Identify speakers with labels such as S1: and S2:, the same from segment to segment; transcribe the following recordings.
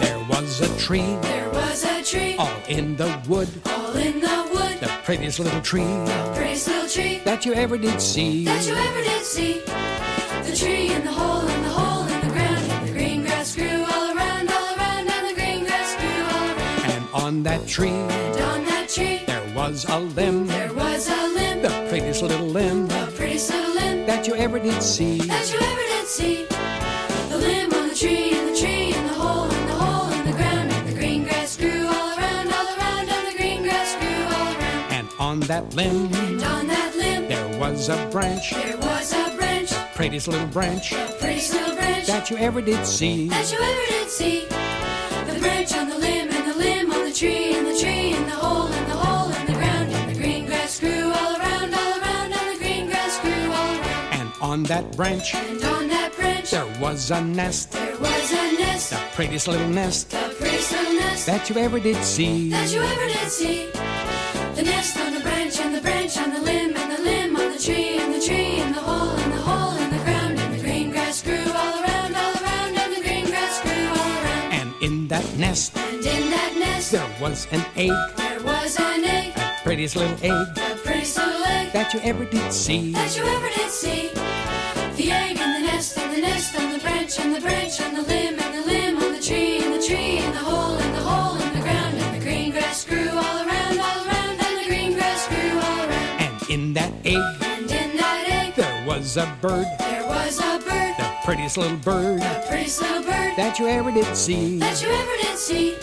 S1: There was a tree
S2: There was a tree
S1: all in the wood,
S2: all in the wood,
S1: the prettiest little tree
S2: the prettiest little tree
S1: that you ever did see.
S2: that you ever did see. The tree in the hole in the hole in the ground, the green grass grew all around, all around, and the green grass grew all around.
S1: And on that tree
S2: And on that tree
S1: there was a limb,
S2: there was a limb,
S1: the prettiest little limb
S2: the prettiest little limb
S1: that you ever did see.
S2: that you ever did see. The limb on the tree and the tree in the hole in the hole in the ground, and the green grass grew all around, all around, and the green grass grew all around.
S1: And on that limb
S2: And on that limb
S1: there was a branch,
S2: there was a branch,
S1: prettiest little branch
S2: the prettiest little branch.
S1: that you ever did see.
S2: that you ever did see. The branch on the limb and the limb on the tree and the tree and the hole and the hole in the ground and the green grass grew all around, all around, and the green grass grew all around.
S1: And on that branch
S2: And on that branch
S1: there was a nest,
S2: there was a nest,
S1: the prettiest little nest
S2: the prettiest little nest
S1: that you ever did see.
S2: that you ever did see. The nest on the branch and the branch on the limb and the limb on the tree and the tree and the hole and the hole in the ground and the green grass grew all around, all around, and the green grass grew all around.
S1: And in that nest
S2: And in that nest
S1: there was an egg,
S2: there was an egg.
S1: prettiest little egg
S2: The prettiest little egg
S1: that you ever did see.
S2: that you ever did see. The egg and the nest and the nest and the branch and the branch and the limb and the limb on the tree and the tree and the hole and the hole in the ground and the green grass grew all around, all around, and the green grass grew all around.
S1: And in that egg
S2: And in that egg
S1: there was a bird,
S2: there was a bird,
S1: the prettiest little bird
S2: the prettiest little bird
S1: that you ever did see.
S2: that you ever did see.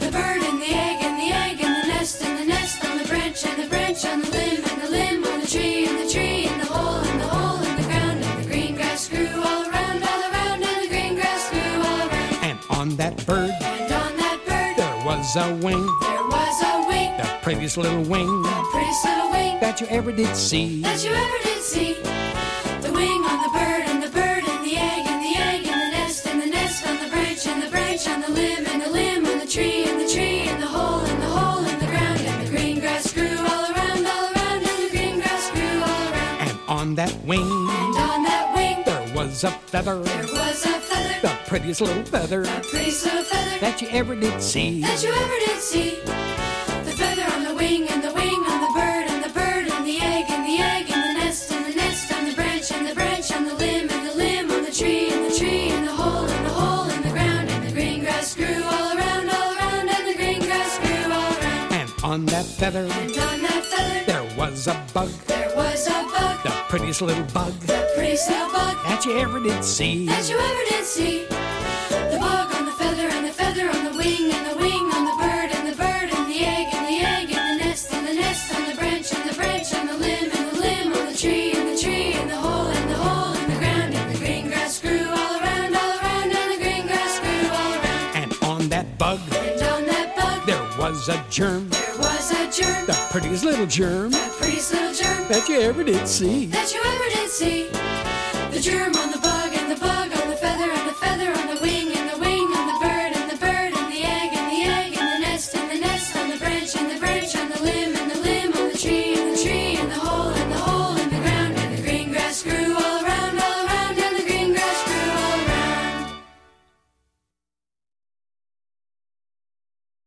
S2: The bird and the egg and the egg and the nest and the nest and the branch and the branch and the limb and the limb on the tree and the tree and the hole and the hole in the ground and the green grass grew all around, all around, and the green grass grew all around.
S1: And on that bird
S2: And on that bird
S1: there was a wing,
S2: there was a wing,
S1: the prettiest little wing
S2: the prettiest little wing
S1: that you ever did see.
S2: that you ever did see. The wing on the bird and the bird and the egg and the egg and the nest and the nest on the branch and the branch on the limb and the limb on the tree and the tree and the hole and the hole in the ground and the green grass grew all around, all around, and the green grass grew all around.
S1: And on that wing
S2: And on that wing
S1: there was a feather,
S2: there was a feather,
S1: the prettiest little feather
S2: a pretty little feather
S1: that you ever did see.
S2: that you ever did see. The feather on the wing and the wing on the bird and the bird and the egg and the egg and the nest and the nest and the branch and the branch and the limb and the limb on the tree and the tree and the hole and the hole in the ground and the green grass grew all around, all around, and the green grass grew all around.
S1: And on that feather
S2: And on that feather
S1: there was a bug,
S2: there was a bug,
S1: the prettiest little bug
S2: the prettiest little bug.
S1: that you ever did see.
S2: that you ever did see. The bug on the feather and the feather on the wing and the wing on the bird and the bird and the egg and the egg and the nest and the nest and the branch and the branch and the limb and the limb on the tree and the tree and the hole and the hole in the ground and the green grass grew all around, all around, and the green grass grew all around.
S1: And on that bug
S2: And on that bug
S1: there was a germ,
S2: there was a germ,
S1: the prettiest little germ
S2: the prettiest little germ
S1: that you ever did see.
S2: that you ever did see. The germ on the bug.